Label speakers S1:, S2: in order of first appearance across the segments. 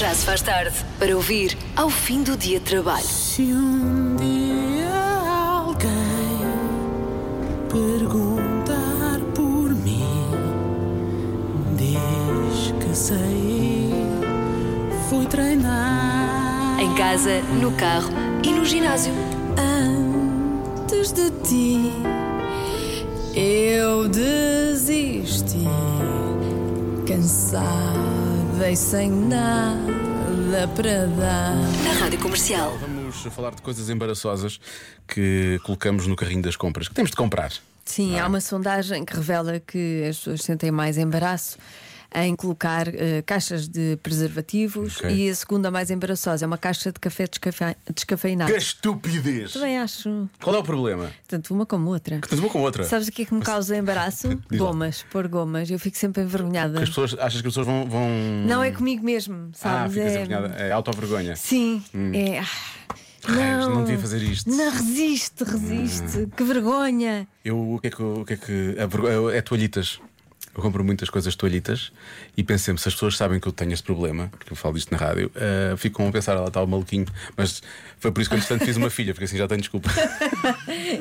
S1: Já se faz tarde para ouvir ao fim do dia de trabalho.
S2: Se um dia alguém perguntar por mim, diz que saí, fui treinar
S1: Em casa, no carro e no ginásio.
S2: antes de ti. Eu desisti, cansada e sem nada para dar.
S1: Na rádio comercial.
S3: Vamos falar de coisas embaraçosas que colocamos no carrinho das compras, que temos de comprar.
S4: Sim, há uma sondagem que revela que as pessoas sentem mais embaraço em colocar eh, caixas de preservativos
S3: Ok.
S4: e a segunda mais embaraçosa é uma caixa de café descafe... descafeinado.
S3: Que estupidez!
S4: Também acho,
S3: Qual é o problema?
S4: tanto uma como outra.
S3: Tens uma com outra.
S4: Sabes o que é que me causa embaraço?
S3: Diz lá.
S4: gomas, pôr gomas. Eu fico sempre envergonhada.
S3: As pessoas, achas que as pessoas vão. vão...
S4: Não é comigo mesmo,
S3: Ah,
S4: sabes?
S3: ficas
S4: É-
S3: envergonhada. É auto-vergonha.
S4: Sim, é. ah,
S3: Raios,
S4: Não,
S3: não assim. Hum. devia fazer isto.
S4: Não resiste, resiste. Que vergonha.
S3: Eu, o que é que. eu- O que é, que a vergo- eu- é toalhitas. Eu compro muitas coisas de toalhitas e pensei sempre, se as pessoas sabem que eu tenho este problema, porque eu falo disto na rádio, ah, ficam a pensar, ela está o maluquinho. Mas foi por isso que, entretanto, fiz uma filha, porque assim já tenho desculpa.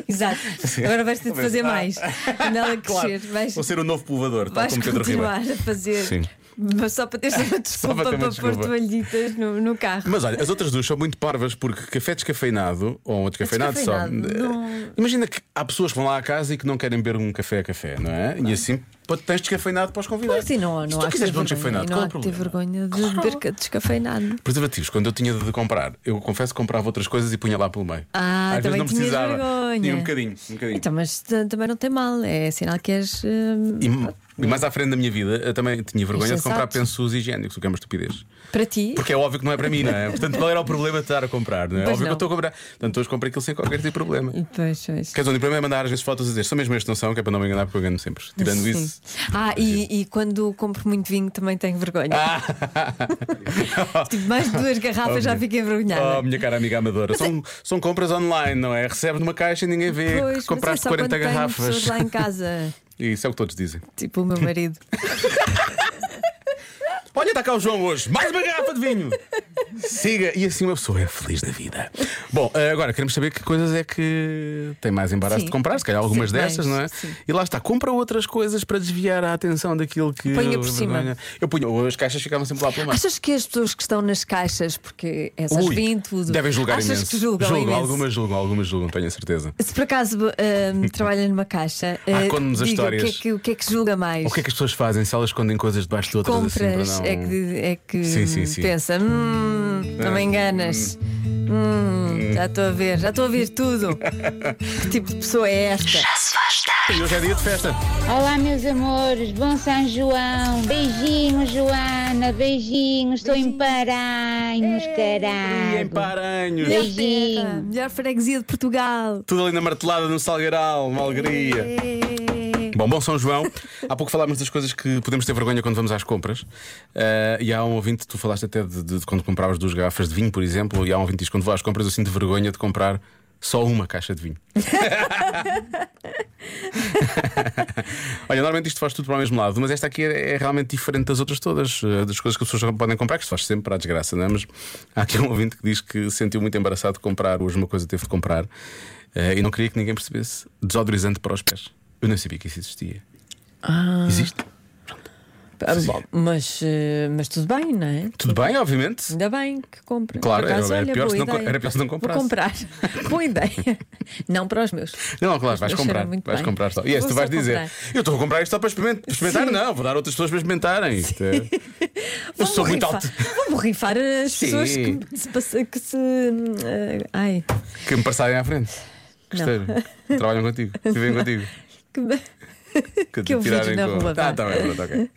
S4: Exato.
S3: Sim.
S4: Agora vais ter de
S3: Mas-
S4: fazer mais. Quando ela crescer, vais,
S3: Ah. Vou ser o novo povoador, tal
S4: vais
S3: tá como Pedro Ribeiro.
S4: continuar a fazer.
S3: Sim.
S4: Mas só para teres uma desculpa
S3: para ter
S4: para,
S3: uma desculpa.
S4: pôr toalhitas no, no carro.
S3: Mas olha, as outras duas são muito parvas porque café descafeinado ou um descafeinado, só.
S4: É Descafeinado, não.
S3: Imagina que há pessoas que vão lá à casa e que não querem beber um café a café, não é? E assim pô, tens descafeinado para os convidados.
S4: Pois e não,
S3: Se
S4: não
S3: tu
S4: há que
S3: quiseres beber
S4: ter
S3: um
S4: vergonha,
S3: descafeinado,
S4: não
S3: qual é
S4: há
S3: o
S4: que ter
S3: problema?
S4: vergonha de beber ca- descafeinado.
S3: Preservativos, quando eu tinha de comprar, eu confesso que comprava outras coisas e punha lá pelo meio.
S4: Ah,
S3: Às vezes
S4: também
S3: não
S4: tinhas
S3: precisava.
S4: vergonha.
S3: Tinha um bocadinho, um bocadinho.
S4: Então, mas t- também não tem mal. É sinal que és. hum,
S3: E m- e mais à frente da minha vida, eu também tinha vergonha de
S4: Insensato.
S3: comprar pensos higiênicos, o que é uma estupidez.
S4: para ti.
S3: Porque é óbvio que não é para mim, não é? Portanto, qual era o problema de estar a comprar? Não é?
S4: Pois
S3: óbvio que eu
S4: não.
S3: estou a comprar. Portanto, hoje comprei aquilo sem qualquer tipo de problema.
S4: Pois, pois.
S3: Queres onde primeiro é mandar às vezes fotos a dizer são mesmo estes não são, que é para não me enganar porque eu engano sempre. Tirando
S4: Sim.
S3: isso.
S4: Ah, e, e quando compro muito vinho também tenho vergonha.
S3: Ah.
S4: Tipo, mais de duas garrafas já fico envergonhada. é-
S3: Oh, minha cara amiga amadora. São, são compras online, não é? Recebes numa caixa e ninguém vê.
S4: Pois, mas é
S3: Compraste
S4: só
S3: 40
S4: quando Tenho
S3: garrafas.
S4: pessoas lá em casa,
S3: Isso é o que todos dizem.
S4: tipo o meu marido.
S3: Olha, está cá o João hoje. Mais uma garrafa de vinho. Siga. E assim uma pessoa é feliz da vida. Bom, eh, agora queremos saber que coisas é que tem mais embaraço
S4: Sim.
S3: de comprar. Se calhar algumas
S4: Sim,
S3: dessas,
S4: mais,
S3: não é?
S4: sim.
S3: E lá está. Compra outras coisas para desviar a atenção daquilo que.
S4: Ponha por cima.
S3: vergonha. Eu punho. As caixas ficavam sempre lá pelo meio.
S4: Achas que as pessoas que estão nas caixas, porque essas
S3: Ui,
S4: vêm tudo.
S3: Devem julgar
S4: Achas
S3: imenso.
S4: que julgam imenso?
S3: algumas julgam, algumas julgam, tenho a certeza.
S4: Se por acaso hum, trabalha numa caixa,
S3: Ah,
S4: eh,
S3: conta-nos as
S4: diga,
S3: histórias.
S4: O que, é que, o que é que julga mais?
S3: O que é que as pessoas fazem se elas escondem coisas debaixo de outras
S4: Compras
S3: assim para
S4: é
S3: não.
S4: que, é que
S3: Sim, sim, sim. É.
S4: pensa, hum, não me enganas. Hum, já estou a ver, já estou a ver tudo. que tipo de pessoa é esta?
S3: E hoje é dia de festa.
S5: Olá, meus amores, bom São João. Beijinhos, Joana, beijinhos. Estou em Paranhos,
S3: E em
S5: caralho.
S3: Paranhos.
S4: Melhor
S5: Beijinho.
S4: terra, É melhor freguesia de Portugal.
S3: Tudo ali na martelada, no Salgueiral, uma alegria.
S4: É.
S3: Bom, bom São João. Há pouco falámos das coisas que podemos ter vergonha quando vamos às compras. Ah, e há um ouvinte, tu falaste até de, de- de quando compravas duas garrafas de vinho, por exemplo. E há um ouvinte que diz: quando vou às compras, eu sinto vergonha de comprar só uma caixa de vinho. Olha, normalmente isto faz tudo para o mesmo lado, mas esta aqui é, é realmente diferente das outras todas, eh, das coisas que as pessoas podem comprar, que se faz sempre para a desgraça, não é? Mas há aqui um ouvinte que diz que se sentiu muito embaraçado de comprar, hoje uma coisa teve de comprar, eh, e não queria que ninguém percebesse. Desodorizante para os pés. Eu nem sabia que isso existia. Existe?
S4: Ah, bom, mas, eh, mas tudo bem, não é?
S3: Tudo bem, obviamente.
S4: Ainda bem que compra.
S3: Claro,
S4: Por
S3: era- era pior se
S4: boa
S3: não co-
S4: ideia.
S3: era pior se não comprasse.
S4: Vou comprar. boa ideia. Não para os meus.
S3: Não, claro, vais
S4: Mas
S3: comprar.
S4: cheira muito
S3: Vais
S4: bem.
S3: comprar só. E esse
S4: Vou
S3: tu vais
S4: só
S3: dizer:
S4: comprar.
S3: Eu estou a comprar isto só para experimentar. experimentar? Não, vou dar a outras pessoas para experimentarem. Isto é- Eu sou muito
S4: borrifar-
S3: alto.
S4: Vou borrifar as
S3: Sim.
S4: pessoas que se. passa- Que se eh, ai.
S3: Que me passarem à frente. Que
S4: Não.
S3: estejam. que Trabalham contigo. Que vivem contigo.
S4: Que,
S3: Que,
S4: Que eu vejo
S3: tirarem
S4: na
S3: com-
S4: rua, vá.
S3: Ah, tá bem, pronto, ok.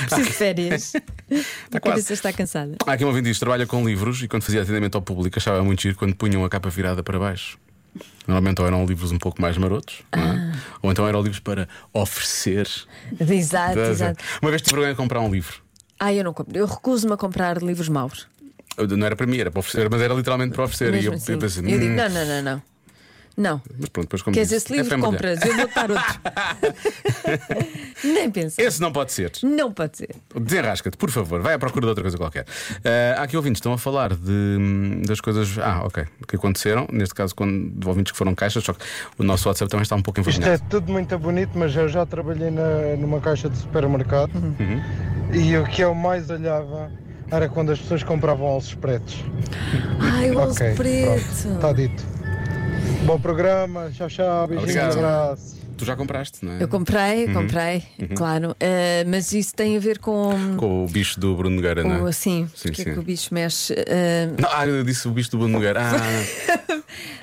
S4: preciso de férias. A
S3: quase.
S4: cabeça está cansada.
S3: Há aqui um ouvinte que diz: trabalha com livros e quando fazia atendimento ao público achava muito giro quando punham a capa virada para baixo. Normalmente ou eram livros um pouco mais marotos, não é?
S4: Ah.
S3: ou então eram livros para oferecer. Tá,
S4: Exato, exato.
S3: Uma vez tive vergonha de comprar um livro.
S4: Ah, eu não compro. Eu recuso-me a comprar livros maus.
S3: Eu- Não era para mim, era para oferecer, mas era literalmente para oferecer.
S4: Mesmo
S3: e eu,
S4: assim.
S3: eu pensei:
S4: Eu digo,
S3: "Hum,
S4: não, não, não, não. Não.
S3: Mas pronto, depois como
S4: Queres
S3: disse,
S4: esse livro?
S3: é para embrulhar.
S4: Compras. Eu vou dar outro. Nem pensar.
S3: Esse não pode ser.
S4: Não pode ser.
S3: Desenrasca-te, por favor, vai à procura de outra coisa qualquer. Ah, há aqui ouvintes que estão a falar de, das coisas ah, ok, que aconteceram, neste caso quando, de ouvintes que foram caixas, só que o nosso WhatsApp também está um pouco
S6: Isto é
S3: envergonhado.
S6: tudo muito bonito, mas eu já trabalhei na- numa caixa de supermercado e o que eu mais olhava era quando as pessoas compravam alces pretos.
S4: Ai, o alce preto.
S6: Está dito. Bom programa, tchau, tchau, beijinhos,
S3: Obrigado.
S6: abraço.
S3: Tu já compraste, não é?
S4: Eu comprei, comprei, claro. Eh, mas isso tem a ver com.
S3: Uhum. Com o bicho do Bruno Nogueira,
S4: com
S3: não é?
S4: assim,
S3: Sim,
S4: porque é
S3: sim.
S4: que o bicho mexe. eh,
S3: Não, ah, eu disse o bicho do Bruno Nogueira. Ah,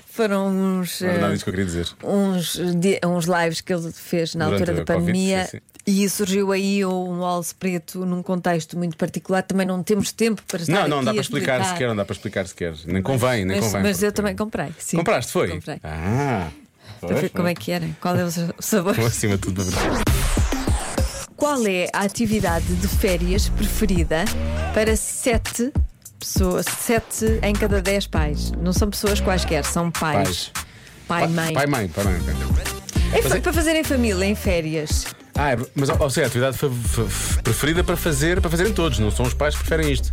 S4: foram uns.
S3: não
S4: eh,
S3: era nada disso que eu queria dizer.
S4: uns, di- uns lives que ele fez na
S3: Durante
S4: altura da
S3: a Covid,
S4: pandemia
S3: sim, sim.
S4: e surgiu aí um alce preto num contexto muito particular. Também não temos tempo para estar
S3: Não, não
S4: aqui
S3: dá
S4: a
S3: para explicar sequer, não dá para explicar sequer. Nem convém, nem
S4: mas,
S3: convém.
S4: mas eu
S3: porque-
S4: também comprei. Sim.
S3: Compraste, foi?
S4: Comprei.
S3: Ah,
S4: Para
S3: foi.
S4: ver como é que era, qual é o sa- sabor.
S3: Acima de tudo, na verdade.
S4: Qual é a atividade de férias preferida para sete pessoas, sete em cada dez pais? Não são pessoas quaisquer, são
S3: Pais.
S4: pais. Pai, mãe.
S3: Pai, mãe, pai, mãe. ok.
S4: É fa- para fazerem família em férias.
S3: Ah, é, mas ou seja, a atividade fa- fa- fa- preferida para fazer, para fazerem todos, não são os pais que preferem isto.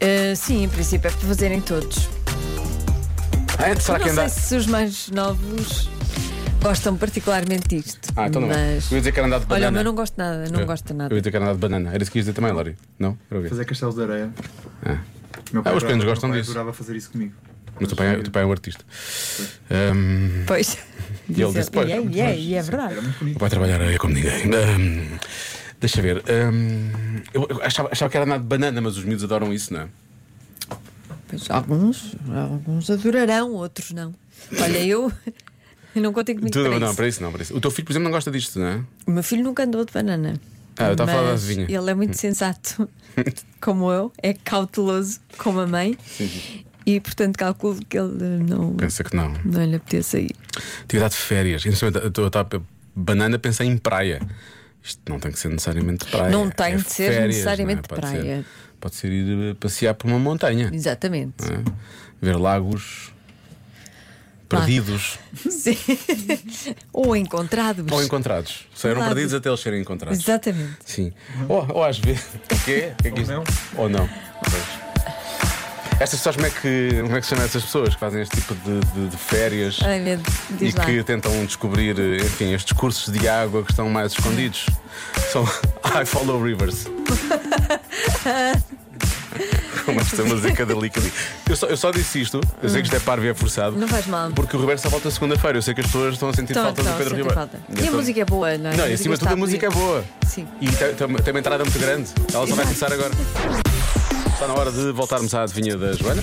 S4: Ah, sim, em princípio é para fazerem todos.
S3: Ah, é, será
S4: não
S3: que
S4: sei
S3: andar.
S4: se os mais novos gostam particularmente disto.
S3: Ah, então não é.
S4: mas...
S3: Eu ia dizer que era andar de
S4: Olha,
S3: banana.
S4: o meu não gosto nada, não
S3: Eu-
S4: gosto
S3: Eu
S4: nada.
S3: ia dizer que era andar de banana. Era isso que ias dizer também, Lori? Não? Era o quê?
S7: Fazer é castelos de areia. Meu
S3: Ah, os
S7: adorava-
S3: pequenos
S7: meu
S3: gostam
S7: pai
S3: disso.
S7: adorava fazer isso comigo.
S3: Mas o teu pai, é- o teu pai é um artista. Ahm,
S4: Pois.
S3: E ele disse, pois,
S4: E é, e é, e é verdade.
S7: Era muito bonito.
S3: o pai trabalhar é como ninguém. Ahm, deixa ver. Ahm, eu eu achava, achava que era andar de banana, mas os miúdos adoram isso, não é?
S4: Pois, alguns, alguns adorarão, outros não. Olha, eu. eu não contem comigo
S3: Tudo-
S4: para
S3: não,
S4: isso.
S3: para isso não, para isso. O teu filho, por exemplo, não gosta disto, não é?
S4: O meu filho nunca andou de banana.
S3: Ah, eu estava a falar da
S4: Mas
S3: azevinha.
S4: Ele é muito sensato, como eu, é cauteloso, como a mãe. E portanto calculo que ele eh, não,
S3: Pensa que não.
S4: não lhe apeteça ir.
S3: Atividade de férias. E, neste momento, Eu estava banana, pensei em praia. Isto não tem que ser necessariamente praia.
S4: Não tem
S3: É
S4: de ser
S3: férias,
S4: necessariamente
S3: não é? Pode
S4: praia.
S3: ser- pode ser ir eh, passear por uma montanha,
S4: Exatamente.
S3: não é? ver lagos perdidos
S4: Sim. Ou encontrados.
S3: ou encontrados. Saíram
S4: Lago.
S3: perdidos até eles serem encontrados.
S4: Exatamente.
S3: Sim. Ou, ou às vezes. O quê? O que é que isto-
S7: não.
S3: Ou não. Pois. Estas pessoas, como é, que, como é que se chamam essas pessoas que fazem este tipo de, de- de férias?
S4: Ai, meu Deus,
S3: e
S4: diz lá.
S3: que tentam descobrir, eh, enfim, estes cursos de água que estão mais escondidos. São I Follow Rivers. Como esta música da Lickedy. Eu só, eu só disse isto, eu sei que isto é parvo e é forçado.
S4: Não faz mal.
S3: Porque o Roberto só volta segunda-feira. Eu sei que as pessoas estão a sentir
S4: Então,
S3: falta
S4: então,
S3: do Pedro
S4: sentem
S3: Ribeiro.
S4: falta. E a
S3: então-
S4: música é boa, não é?
S3: Não, e acima de tudo a música é boa.
S4: Sim.
S3: E tem, tem- tem uma entrada muito grande. Ela só vai começar agora. Está na hora de voltarmos à adivinha da Joana.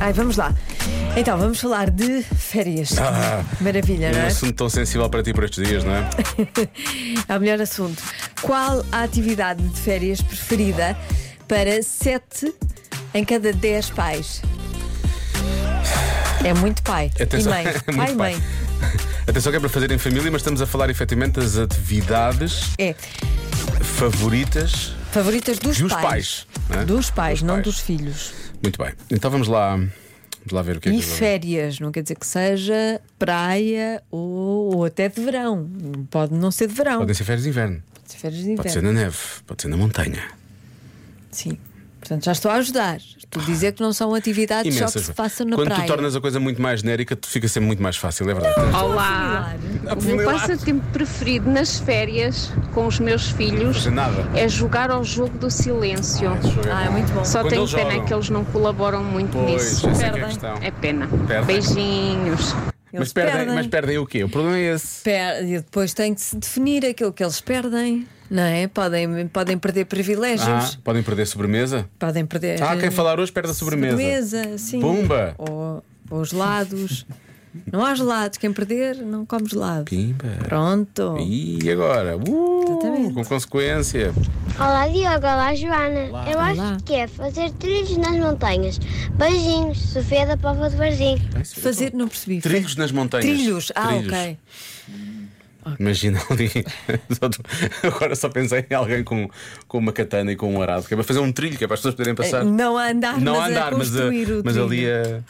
S4: Ai, vamos lá. Então, vamos falar de férias.
S3: Ah.
S4: Maravilha, não
S3: Um
S4: é?
S3: assunto tão sensível para ti por estes dias, não é?
S4: É o melhor assunto. Qual a atividade de férias preferida para 7 em cada 10 pais? É muito pai
S3: Atenção.
S4: e mãe.
S3: É muito
S4: pai
S3: pai.
S4: e mãe.
S3: Atenção que é para fazer em família, mas estamos a falar efetivamente das atividades
S4: É.
S3: favoritas
S4: Favoritas dos,
S3: dos
S4: pais.
S3: pais. não é?
S4: Dos pais, não
S3: pais.
S4: dos filhos.
S3: Muito bem. Então vamos lá. Vamos lá ver o que é
S4: E
S3: que vamos-
S4: férias, não quer dizer que seja praia ou, ou até de verão. Pode não ser de verão,
S3: Podem
S4: pode
S3: ser férias de inverno,
S4: ser férias de
S3: pode
S4: inverno.
S3: ser né? na neve, pode ser na montanha.
S4: Sim. Portanto, já estou a ajudar. Estou a dizer que não são atividades só que se façam na
S3: Quando
S4: praia.
S3: tu tornas a coisa muito mais genérica, tu fica sempre muito mais fácil, é verdade.
S4: Ah,
S8: Olá! O meu passatempo preferido nas férias com os meus filhos
S3: fazer nada.
S8: é jogar ao jogo do silêncio.
S4: Ah, é muito bom.
S8: Só
S3: Quando
S8: tenho
S3: eles
S8: pena
S3: jogam.
S8: é que eles não colaboram muito
S3: Pois,
S8: nisso.
S3: essa é que é a questão.
S8: É pena.
S3: Perdem.
S8: Beijinhos.
S3: Mas
S4: Eles
S3: perdem,
S4: perdem.
S3: mas perdem o quê? O problema é esse.
S4: Per- E depois tem que se definir aquilo que eles perdem, não é? Podem, podem perder
S3: Ah,
S4: privilégios,
S3: podem perder sobremesa?
S4: podem perder.
S3: Ah, quem
S4: eh,
S3: falar hoje perde a sobremesa.
S4: Sobremesa, sim.
S3: Pumba!
S4: Ou, ou gelados. não há gelados. Quem perder, não come gelado.
S3: Pimba!
S4: Pronto.
S3: E agora? Uh,
S4: Exatamente.
S3: com consequência.
S9: Olá Diogo, olá Joana. Eu acho
S4: Olá.
S9: que é fazer trilhos nas montanhas. Beijinhos, Sofia da Pova do Varzim.
S4: Fazer, não percebi.
S3: é Trilhos nas montanhas.
S4: Trilhos. Ah,
S3: Trilhos.
S4: ok.
S3: Imagina ali. Só tu- Agora só pensei em alguém com, com uma katana e com um arado, que é para fazer um trilho, que é para as pessoas poderem
S4: Eh,
S3: passar.
S4: Não a andar,
S3: não
S4: mas
S3: a andar,
S4: a
S3: mas, a-
S4: construir o
S3: mas ali
S4: trilho.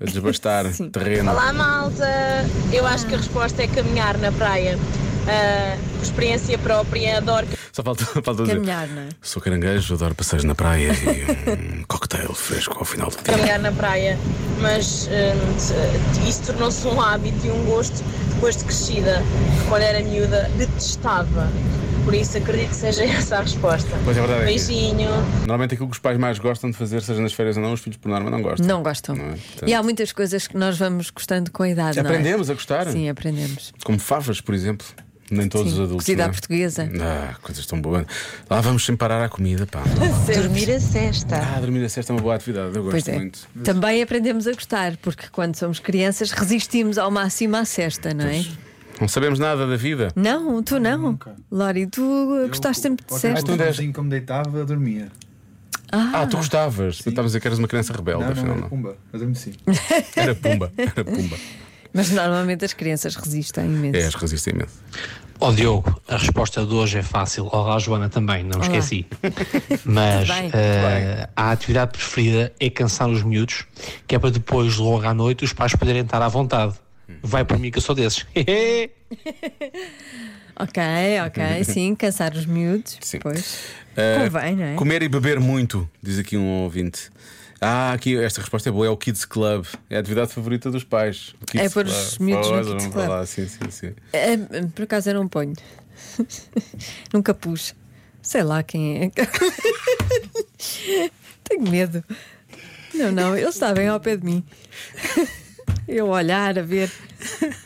S3: a. a desbastar terreno.
S10: Olá, Ah, malta! Eu acho que a resposta é caminhar na praia. Ah, por experiência própria, adoro
S3: Só falta, falta dizer.
S4: Caminhar, não é?
S3: Sou caranguejo, adoro passeios na praia e um cocktail fresco ao final do
S4: Tá
S3: dia.
S10: caminhar na praia, mas hum, isso tornou-se um hábito e um gosto depois de crescida. Quando era miúda, detestava. Por isso acredito que seja essa a resposta. Um
S3: Pois é verdade, é que-
S10: Beijinho.
S3: Normalmente aquilo que os pais mais gostam de fazer, seja nas férias ou não, os filhos por norma não gostam.
S4: Não gostam.
S3: Não é? Portanto,
S4: E há muitas coisas que nós vamos gostando com a idade. não é?
S3: Aprendemos a gostar.
S4: Sim, aprendemos.
S3: Como favas, por exemplo. Nem todos
S4: Sim,
S3: os adultos.
S4: cozida
S3: não é?
S4: à portuguesa.
S3: Ah, coisas tão boas. Lá vamos sem parar à comida, pá.
S10: Dormir a cesta.
S3: Ah, dormir a cesta é uma boa atividade, eu gosto
S4: Pois é.
S3: muito.
S4: Também aprendemos a gostar, porque quando somos crianças resistimos ao máximo à cesta, não é?
S3: Não sabemos nada da vida.
S4: Não, tu não.
S7: Nunca.
S4: Lori, tu
S7: Eu,
S4: gostaste sempre de
S7: qualquer
S4: cesta.
S3: Ah, tu
S7: coisinha que eu me deitava, eu dormia.
S3: Ah, tu gostavas. Tu estavas a dizer que eras uma criança rebelde,
S7: Não, não,
S3: afinal
S7: era
S3: não.
S7: pumba. assim. Eu adormeci.
S3: Era pumba, era pumba.
S4: Mas normalmente as crianças resistem imenso.
S3: É, as resistem imenso.
S11: Ó Diogo, a resposta de hoje é fácil. Olá, Joana, também, não me
S4: Olá.
S11: esqueci. Mas
S4: Tudo bem.
S11: eh, a atividade preferida é cansar os miúdos, que é para depois, logo à noite, os pais poderem estar à vontade. Vai por mim que eu sou desses.
S4: Ok, ok, sim, cansar os miúdos.
S3: Sim.
S4: Pois.
S3: Ah,
S4: Convém, não é?
S3: Comer e beber muito, diz aqui um ouvinte. Ah, aqui esta resposta é boa, é o Kids Club. É a atividade favorita dos pais. O Kids
S4: É pôr
S3: Club.
S4: os miúdos no
S3: Pois,
S4: Kids
S3: vão
S4: Club.
S3: Lá. Sim, sim, sim.
S4: É, por acaso eu não ponho. Nunca pus. Sei lá quem é. Tenho medo. Não, não, eles está bem ao pé de mim. Eu a olhar, a ver.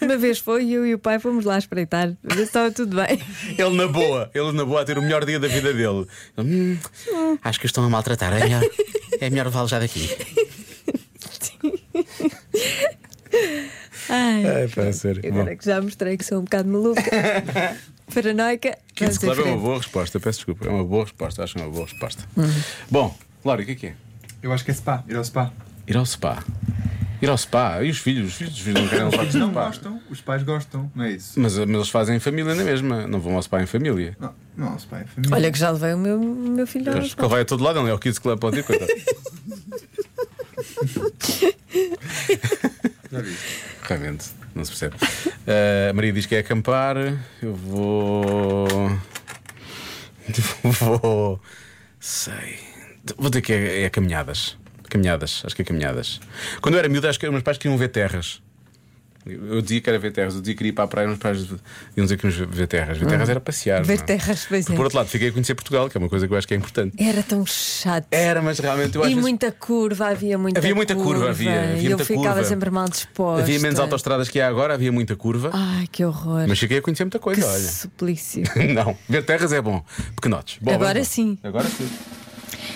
S4: Uma vez foi eu e o pai fomos lá espreitar, a ver se estava tudo bem.
S3: Ele na boa, ele na boa a ter o melhor dia da vida dele. Hum, acho que os estão a maltratar, é melhor, é melhor levá-lo já daqui.
S4: Ai,
S3: É, para ser. Bom,
S4: agora que já mostrei que sou um bocado maluca, paranoica.
S3: Kids
S4: vamos em
S3: Club é uma
S4: frente.
S3: boa resposta, peço desculpa, é uma boa resposta, acho que é uma boa resposta. Bom, Lório, o que é que é?
S7: Eu acho que é spa, ir ao spa.
S3: Ir ao spa. Ir ao spa. E os filhos? Os filhos, os filhos não querem levar
S7: Eles não
S3: ao spa.
S7: gostam, os pais gostam, não é isso?
S3: Mas, mas eles fazem em família na mesma, não vão ao spa em família.
S7: Não, não, o spa é família.
S4: Olha, que já levei o meu, o meu filho ao
S3: Acho que ele vai a todo lado, ele é o Kids Club, pode ir, coitado.
S7: Já viste?
S3: Realmente, não se percebe. Uh, a Maria diz que é acampar. Eu vou. Vou. Sei. Vou ter que é, é caminhadas. Caminhadas, acho que é caminhadas. Quando eu era miúdo, acho que os meus pais queriam ver terras. Eu eu dizia que era ver terras, eu dizia que queria ir para a praia, mas os meus pais iam dizer que íamos ver terras. Ver terras era passear.
S4: Ah. Ver
S3: não é?
S4: terras, pois
S3: Porque,
S4: é.
S3: Por outro lado, fiquei a conhecer Portugal, que é uma coisa que eu acho que é importante.
S4: Era tão chato.
S3: Era, mas realmente eu acho
S4: E muita curva, havia muita
S3: Havia muita curva, havia, havia
S4: e eu
S3: muita
S4: ficava
S3: curva.
S4: sempre mal disposta.
S3: Havia menos autostradas que há agora, havia muita curva,
S4: Ai, que horror.
S3: mas cheguei a conhecer muita coisa,
S4: Ah, que
S3: olha.
S4: suplício.
S3: Não, ver terras é bom. Pequenotes. Bom,
S4: Agora
S3: vamos lá.
S4: sim.
S3: Agora sim.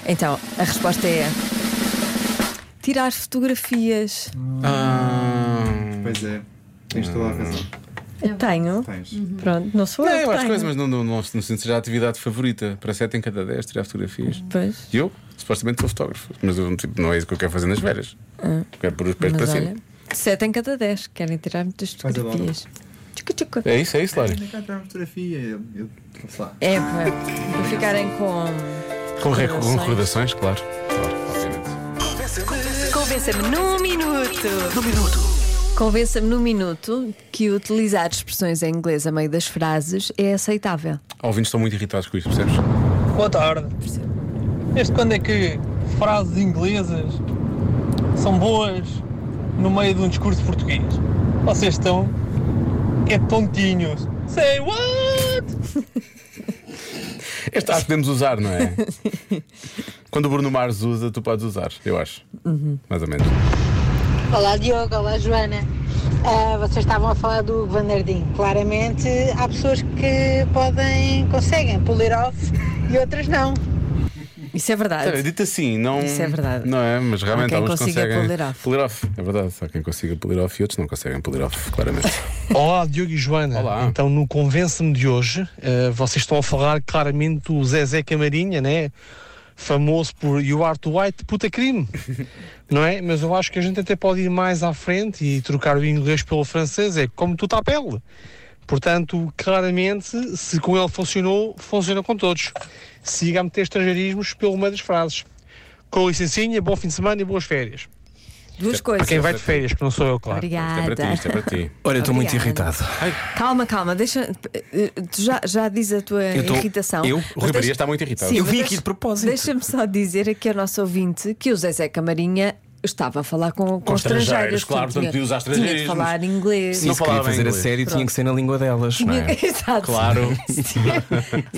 S4: Então, a resposta é. Tirar fotografias.
S7: Pois é, tens toda a razão.
S3: Hum.
S4: Tenho.
S7: Tens.
S4: Pronto, não sou
S3: Não,
S4: eu. que
S3: eu acho
S4: tenho.
S3: coisas, mas não, não, não, não sinto seja a atividade favorita. Para 7 em cada 10, tirar fotografias.
S4: Pois.
S3: E Eu, supostamente, sou fotógrafo, mas eu, tipo, não é isso que eu quero fazer nas férias. Quero pôr os pés
S4: Ah, Mas
S3: para
S4: olha,
S3: cima.
S4: 7 em cada 10 querem tirar muitas
S7: Faz a dobra.
S4: fotografias. Tchucu, tchucu.
S3: É isso, é isso, Lória.
S7: Ainda cá tirar uma fotografia, eu, eu, sei lá.
S4: É para para ficarem com.
S3: Com, re- com
S4: é Recordações.
S3: recordações, claro. Claro, obviamente.
S1: Convença-me num minuto.
S4: Convença-me num minuto que utilizar expressões em inglês a meio das frases é aceitável.
S3: Ouvintes estão muito irritados com isso, percebes?
S12: Boa tarde. Desde quando é que frases inglesas são boas no meio de um discurso português? Vocês estão é tontinhos. Say what?
S3: Este acho que podemos usar, não é? Quando o Bruno Mars usa, tu podes usar, eu acho.
S4: Uhum.
S3: Mais ou menos.
S10: Olá Diogo, olá Joana. Ah, vocês estavam a falar do Vandardinho. Claramente há pessoas que podem, conseguem pull it off e outras não.
S4: Isso é verdade.
S3: É, dito assim, não.
S4: Isso é verdade.
S3: Não é? Mas realmente
S4: Há quem
S3: alguns
S4: consiga
S3: conseguem.
S4: pull it off.
S3: Pull it off, É verdade. Há quem consiga pulir off e outros não conseguem pulir off, claramente.
S11: Olá, Diogo e Joana.
S3: Olá.
S11: Então, no Convence-me de hoje, eh, vocês estão a falar claramente do Zezé Camarinha, né? Famoso por You Are Too White, puta crime, não é? Mas eu acho que a gente até pode ir mais à frente e trocar o inglês pelo francês, é como tu a pele. Portanto, claramente, se com ele funcionou, funciona com todos. Siga a meter estrangeirismos pelo meio das frases. Com licencinha, bom fim de semana e boas férias.
S4: Duas coisas.
S11: Para quem vai de férias, que não sou eu, claro.
S3: é
S4: Obrigada. um.
S13: Olha, estou muito
S4: Obrigada.
S13: irritado.
S4: Calma, calma, deixa. eh, Tu já, já diz a tua
S13: Eu tô-
S4: irritação.
S13: eu? O
S4: Mas
S13: Rui Maria
S4: deixa-
S13: está muito irritado.
S4: Sim,
S13: Eu
S4: mas
S13: vim
S4: deixa-
S13: aqui de propósito.
S4: Deixa-me só dizer aqui ao nosso ouvinte que o Zezé Camarinha estava a falar com, com,
S13: Com
S4: estrangeiros.
S13: estrangeiros, claro,
S4: portanto,
S13: portanto,
S4: tinha-
S13: pediu os
S4: Tinha de
S13: estrangeirismos.
S4: falar inglês.
S13: Se isso queria fazer a série, tinha que ser na língua delas. não é?
S4: Tinha- Exato.
S13: Claro.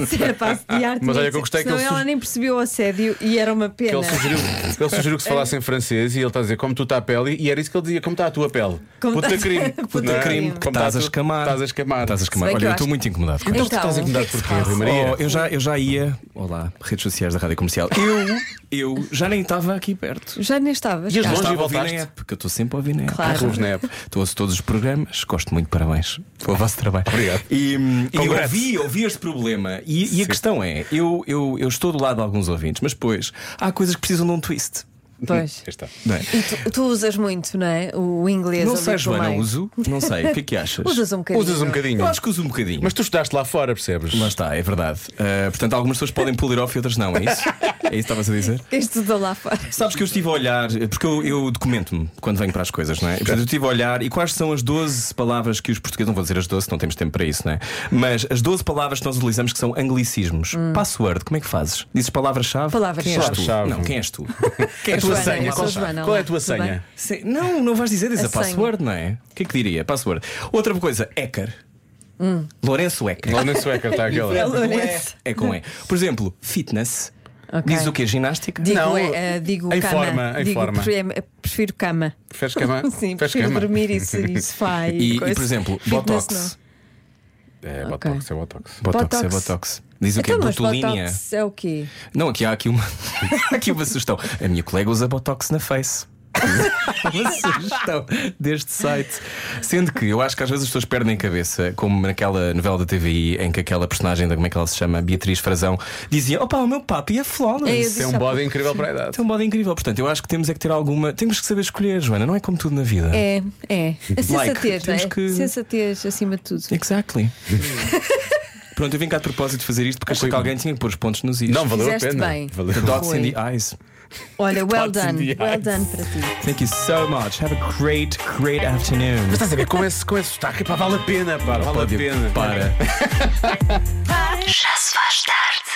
S4: Se era para assediar,
S3: Mas
S4: tinha
S3: olha que eu gostei que
S4: senão
S3: ele
S4: ela
S3: suge-
S4: nem percebeu o assédio e era uma
S3: Que
S4: pena.
S3: ele, sugeriu, ele sugeriu que se falasse em francês e ele está a dizer como tu está a pele, e era isso que ele dizia: como está a tua pele?
S4: Como
S3: puta
S4: tá-
S3: crime,
S4: Puta
S3: não é?
S4: crime.
S13: Que
S3: Como tá a
S13: estás a
S3: tua-
S13: escamar.
S3: Estás a escamar.
S13: Estás a escamar.
S4: Se bem que
S13: Olha,
S4: eu
S13: eu estou
S4: acho-
S13: muito incomodado. com
S4: Então,
S13: isto.
S4: tu estás incomodado o que é que porquê, se Rui passa? Maria?
S13: Oh, eu, já, eu já ia. Olá, redes sociais da rádio comercial. Eu, eu já nem estava aqui perto.
S4: Já nem estavas.
S13: Já
S4: cá.
S13: estava a ouvir na app, porque eu estou sempre a ouvir na app.
S4: Claro.
S13: Ouves na app. Estou a ouvir todos os programas, gosto muito, parabéns pelo vosso trabalho. Obrigado. E, hum, e eu
S3: Congrats.
S13: ouvi, ouvi este problema. E, e a questão é: eu, eu, eu estou do lado de alguns ouvintes, mas depois há coisas que precisam de um twist.
S4: Pois.
S13: está. Não é?
S4: E tu, tu usas muito, não é? O inglês.
S13: Não
S4: ali
S13: sei,
S4: pelo
S13: Joana,
S4: meio.
S13: uso. Não sei. O que é que achas?
S4: Usas um bocadinho.
S13: Usas um bocadinho. Eu acho que uso um bocadinho. Mas
S3: tu estudaste lá fora, percebes?
S13: Lá está, é verdade. Ah, portanto, algumas pessoas podem pulir off e outras não, é isso? É isso que estavas a dizer?
S4: Quem estudou lá fora.
S13: Sabes que eu estive a olhar, porque eu, eu documento-me quando venho para as coisas, não é? E, portanto, eu estive a olhar e quais são as 12 palavras que os portugueses, não vou dizer as 12, não temos tempo para isso, não é? Mas as 12 palavras que nós utilizamos que são anglicismos. Password, como é que fazes? Dizes palavra-chave?
S4: Palavra-chave.
S13: Quem é és tu?
S3: Palavra-chave.
S13: Não, quem és tu?
S4: Quem é a tua Joana, senha? eu sou a Joana,
S3: Qual é a
S4: olá,
S3: tua
S4: tudo bem?
S3: senha?
S13: Sim, não, não vais dizer, diz
S4: A
S13: a, password, não é? O que é que diria? Password. Outra coisa, hacker.
S4: Hum.
S13: Lourenço Ecker.
S3: Lourenço Ecker, está aquela.
S4: É Lourenço.
S13: É com E. Por exemplo, fitness.
S4: Ok.
S13: Diz o quê? Ginástica?
S4: Digo, é, eh, digo
S13: em
S4: cama.
S13: forma, em
S4: digo,
S13: forma. Ah,
S4: pre- Prefiro cama.
S3: Preferes cama? Preferes
S4: Sim, prefiro
S3: cama?
S4: dormir e se e sofá.
S13: E- e,
S4: coisa.
S13: por exemplo,
S4: Fitness,
S13: botox.
S3: É Botox, é Botox.
S13: Botox, é
S4: Botox.
S13: Botox. Diz
S4: não.
S13: o quê?
S4: Então, mas
S13: Botulínia.
S4: botox é o quê?
S13: Não, aqui há aqui uma, aqui uma sugestão. A minha colega usa Botox na face. uma sugestão deste site. Sendo que eu acho que às vezes as pessoas perdem a cabeça, como naquela novela da TVI em que aquela personagem da como é que ela se chama, Beatriz Frazão, dizia: Opa, o meu papo ia flawless.
S3: É, eu disse Tem um há body pouco. incrível para a idade.
S13: Tem um body incrível. Portanto, eu acho que temos é que ter alguma. Temos que saber escolher, Joana, não é como tudo na vida.
S4: É, é. A
S13: Like,
S4: sensatez, não
S13: temos
S4: é?
S13: que- É
S4: Sensatez acima de tudo.
S13: Exactly. Pronto, eu vim cá de propósito fazer isto porque achei que alguém tinha que pôr os pontos nos is.
S4: Não, valeu a Fizeste pena. bem. Valeu.
S13: The dots
S4: Foi.
S13: in the eyes.
S4: Olha, well
S13: Botox in
S4: done.
S13: the
S4: Well
S13: eyes.
S4: done para ti.
S13: Thank you so much. Have a great, great afternoon.
S3: Mas estás a ver é, com esse, com esse sotaque, pá, vale a pena, pá, vale a pena.
S13: Para.
S1: Já se faz tarde.